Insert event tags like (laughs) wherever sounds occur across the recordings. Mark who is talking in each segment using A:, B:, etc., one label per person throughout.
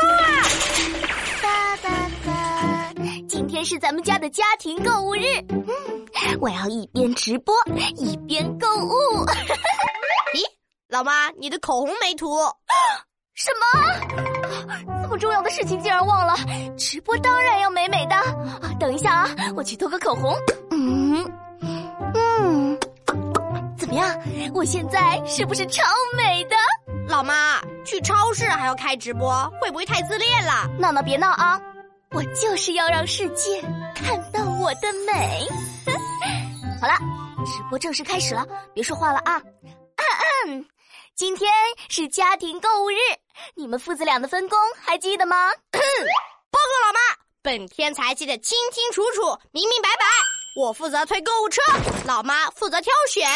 A: 嗯
B: 天是咱们家的家庭购物日，嗯，我要一边直播一边购物。
A: (laughs) 咦，老妈，你的口红没涂？
B: 什么？这么重要的事情竟然忘了？直播当然要美美的。啊、等一下啊，我去涂个口红。嗯嗯，怎么样？我现在是不是超美的？
A: 老妈，去超市还要开直播，会不会太自恋了？
B: 闹闹别闹啊！我就是要让世界看到我的美。 (laughs) 好了，直播正式开始了，别说话了啊！嗯今天是家庭购物日，你们父子俩的分工还记得吗？
A: 报告老妈，本天才记得清清楚楚、明明白白。我负责推购物车，老妈负责挑选，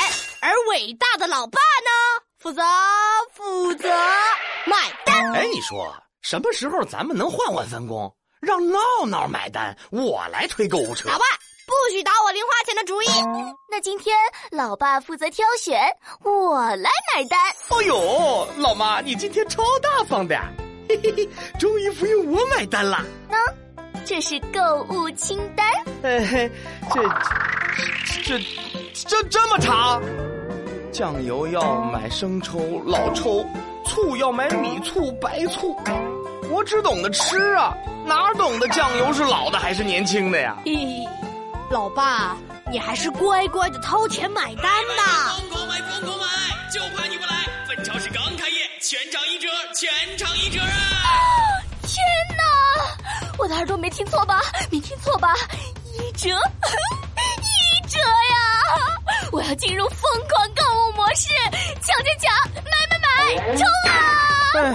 A: 而伟大的老爸呢，负责负责买单。
C: 哎，你说什么时候咱们能换换分工，让闹闹买单，我来推购物车？
A: 老爸，不许打我零花钱的主意。
B: 那今天老爸负责挑选，我来买单。
C: 哦呦，老妈，你今天超大方的，啊嘿嘿嘿，终于不用我买单了。
B: 呢、嗯，这是购物清单。
C: 哎嘿，这这这这么长？酱油要买生抽、老抽，醋要买米醋、白醋。我只懂得吃啊，哪懂得酱油是老的还是年轻的呀？
A: 咦，老爸，你还是乖乖的掏钱买单
B: 啊
A: 呐！
D: 疯狂买，疯狂买，就怕你不来！本超市刚开业，全场一折，全场一折啊！
B: 天哪，我的耳朵没听错吧？没听错吧？一折， (laughs) 一折呀！我要进入疯狂购物模式，抢抢抢，买买买，冲啊！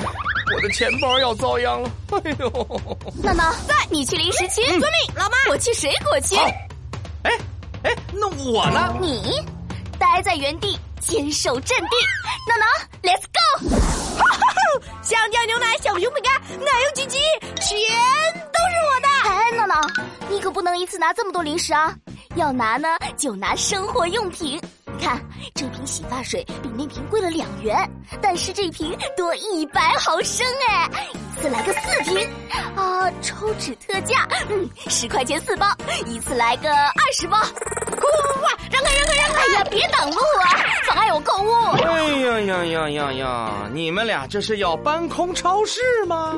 C: 哎我的钱包要遭殃了！哎呦，
B: 闹闹，你去零食区。
A: 遵命，老妈。
B: 嗯我去水果区。
C: 哎哎，那我呢？
B: 你待在原地，坚守镇定。闹闹，Let's go！
A: 香蕉牛奶、 (laughs) 小熊饼干、奶油奇奇，全都是我的。
B: 哎，闹闹，你可不能一次拿这么多零食啊！要拿呢，就拿生活用品。看，这瓶洗发水比那瓶贵了两元，但是这瓶多一百毫升哎，一次来个四瓶，啊、呃，抽纸特价，嗯，十块钱四包，一次来个二十包，
A: 快快快，让开让开让开！
B: 哎呀，别挡路啊，妨碍我购物！
C: 哎呀呀呀呀呀，你们俩这是要搬空超市吗？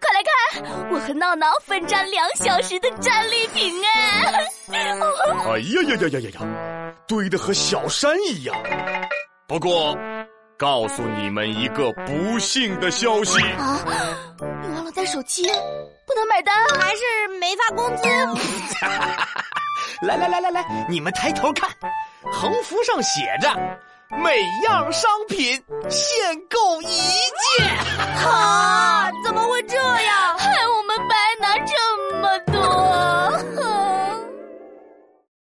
B: 快来看，我和闹闹奋战两小时的战利品啊 (laughs) 哎！
C: 哎呀呀呀呀呀呀，堆得和小山一样。不过，告诉你们一个不幸的消息
B: 啊！你忘了带手机，不能买单，
A: 还是没发工资？
B: (laughs)
C: 来来来来来，你们抬头看，横幅上写着“每样商品限购一。”
B: (laughs)